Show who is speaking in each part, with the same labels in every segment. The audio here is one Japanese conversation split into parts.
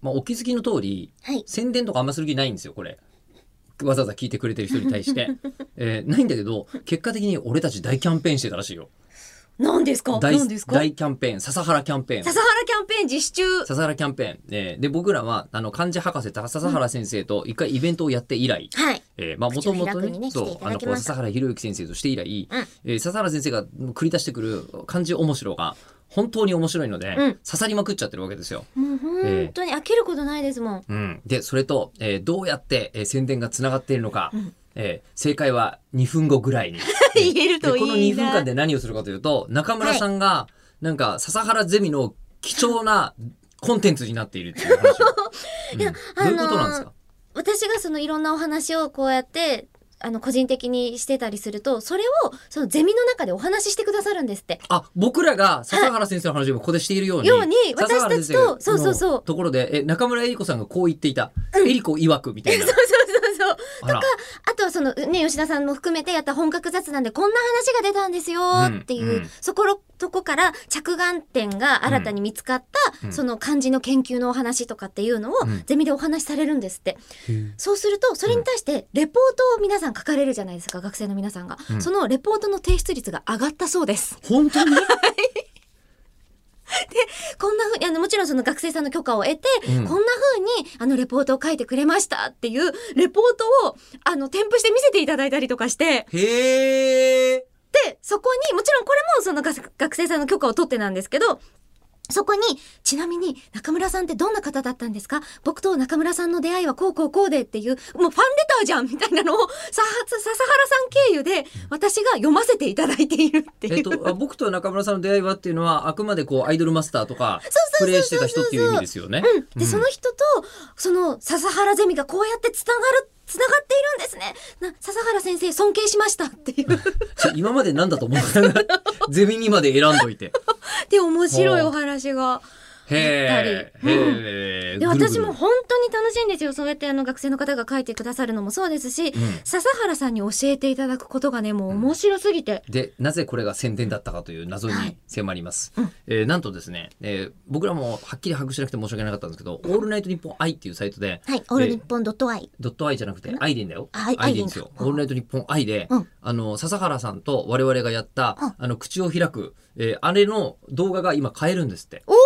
Speaker 1: まあ、お気づきの通り、
Speaker 2: はい
Speaker 1: 宣伝とかあんまする気ないんですよ、これ。わざわざ聞いてくれてる人に対 して。えーないんだけど、結果的に俺たち大キャンペーンしてたらしいよ。
Speaker 2: 何ですか
Speaker 1: 大
Speaker 2: 何ですか
Speaker 1: 大キャンペーン、笹原キャンペーン。
Speaker 2: 笹原キャンペーン実施中
Speaker 1: 笹原キャンペーン。えーで、僕らは、あの、漢字博士と笹原先生と一回イベントをやって以来、
Speaker 2: はい
Speaker 1: えーまあ、も
Speaker 2: 口
Speaker 1: と
Speaker 2: を
Speaker 1: も
Speaker 2: 開
Speaker 1: と
Speaker 2: くにね
Speaker 1: ね、
Speaker 2: 来てい
Speaker 1: そう、
Speaker 2: た
Speaker 1: あ
Speaker 2: だ
Speaker 1: の、
Speaker 2: き
Speaker 1: こう
Speaker 2: ました
Speaker 1: 笹原博之先生として以来、
Speaker 2: うん
Speaker 1: えー笹原先生が繰り出してくる漢字面白が、本当に面白いので、
Speaker 2: うん
Speaker 1: 刺さりまくっちゃってるわけですよ。
Speaker 2: もう本当に飽きることないですもん
Speaker 1: うん、でそれと、えーどうやって、えー宣伝がつながっているのか、えー正解は2分後ぐらい に
Speaker 2: 言える
Speaker 1: で
Speaker 2: といい
Speaker 1: こ
Speaker 2: な
Speaker 1: の2分間で何をするかというと中村さんが、なんか笹原ゼミの貴重なコンテンツになっているっていう話を、うん
Speaker 2: いや
Speaker 1: どういうことなんですか、
Speaker 2: 私がそのいろんなお話をこうやってあの個人的にしてたりするとそれをそのゼミの中でお話ししてくださるんですって
Speaker 1: あ僕らが笹原先生の話をここでしているように,、
Speaker 2: ように
Speaker 1: 笹原先生
Speaker 2: 私たちとそうそうそう
Speaker 1: のところでえ中村江里子さんがこう言っていた、
Speaker 2: うん
Speaker 1: 江里子曰くみたいな
Speaker 2: そうそうそうそう
Speaker 1: あら
Speaker 2: あ とはそのね吉田さんも含めてやった本格雑談でこんな話が出たんですよっていう、
Speaker 1: うんうん
Speaker 2: そころとこから着眼点が新たに見つかった、
Speaker 1: うん
Speaker 2: その漢字の研究のお話とかっていうのを
Speaker 1: うん
Speaker 2: ゼミでお話しされるんですって、そうするとそれに対してレポートを皆さん書かれるじゃないですか学生の皆さんが、
Speaker 1: うん
Speaker 2: そのレポートの提出率が上がったそうです
Speaker 1: 本当に、
Speaker 2: こんなふうにあのもちろんその学生さんの許可を得て、
Speaker 1: うん
Speaker 2: こんなふうにあのレポートを書いてくれましたっていうレポートをあの添付して見せていただいたりとかして
Speaker 1: へえ
Speaker 2: で、そこに、もちろんこれもその学学生さんの許可を取ってなんですけど、そこに、ちなみに中村さんってどんな方だったんですか僕と中村さんの出会いはこうこうこうでっていう、もうファンレターじゃんみたいなのを、さ、さ笹原さん経由で私が読ませていただいているってい う。
Speaker 1: えっと、あ僕と中村さんの出会いはっていうのはあくまでこうアイドルマスターとかプ
Speaker 2: そうそうそうそう
Speaker 1: レイしてた人っていう意味ですよね。
Speaker 2: うん。
Speaker 1: う
Speaker 2: で、
Speaker 1: ん
Speaker 2: その人と、その、笹原ゼミがこうやってつながる、つながっているんですね。な、笹原先生尊敬しましたっ ていう。
Speaker 1: それ今まで何だと思ったんだ ゼミにまで選んどいて。
Speaker 2: で、面白いお話が。
Speaker 1: へえ。
Speaker 2: やったり
Speaker 1: へえ。
Speaker 2: で
Speaker 1: ぐるぐる
Speaker 2: 私も本当に楽しいんですよそうやってあの学生の方が書いてくださるのもそうですし、
Speaker 1: ん
Speaker 2: 笹原さんに教えていただくことがねもう面白すぎて、
Speaker 1: でなぜこれが宣伝だったかという謎
Speaker 2: は
Speaker 1: に
Speaker 2: い
Speaker 1: 迫ります、
Speaker 2: うん
Speaker 1: えーなんとですね、えー僕らもはっきり把握しなくて申し訳なかったんですけど「オールナイトニッポン愛」っていうサイトで、
Speaker 2: はいオール日本ドットアイ
Speaker 1: ドットアイじゃなくてアイデンだよ。
Speaker 2: あアイ
Speaker 1: アイデンですよ。
Speaker 2: アイデンか
Speaker 1: オールナイトニッポンアイで
Speaker 2: うん、
Speaker 1: あの、笹原さんと我々がやった
Speaker 2: うん、
Speaker 1: あの、口を開く、えーあれの動画が今買えるんですって。
Speaker 2: お
Speaker 1: お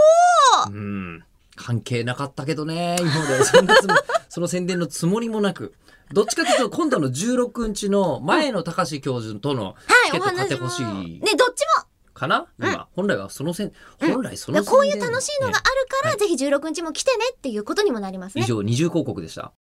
Speaker 1: うん。関係なかったけどね、今まで。 そんなつもその宣伝のつもりもなく。どっちかというと、今度の16日の前の高橋教授とのチケッ
Speaker 2: はいお
Speaker 1: ト買って
Speaker 2: 話も
Speaker 1: ほしい
Speaker 2: ねどっち
Speaker 1: かな、今。本来はそのせん、本来そ
Speaker 2: も
Speaker 1: の
Speaker 2: でこうい
Speaker 1: 宣
Speaker 2: う
Speaker 1: 伝
Speaker 2: 楽しいのがある
Speaker 1: ね
Speaker 2: から、ぜひ16日も来てねっていうことにもなります
Speaker 1: 以
Speaker 2: ね
Speaker 1: 上、二重広告でした。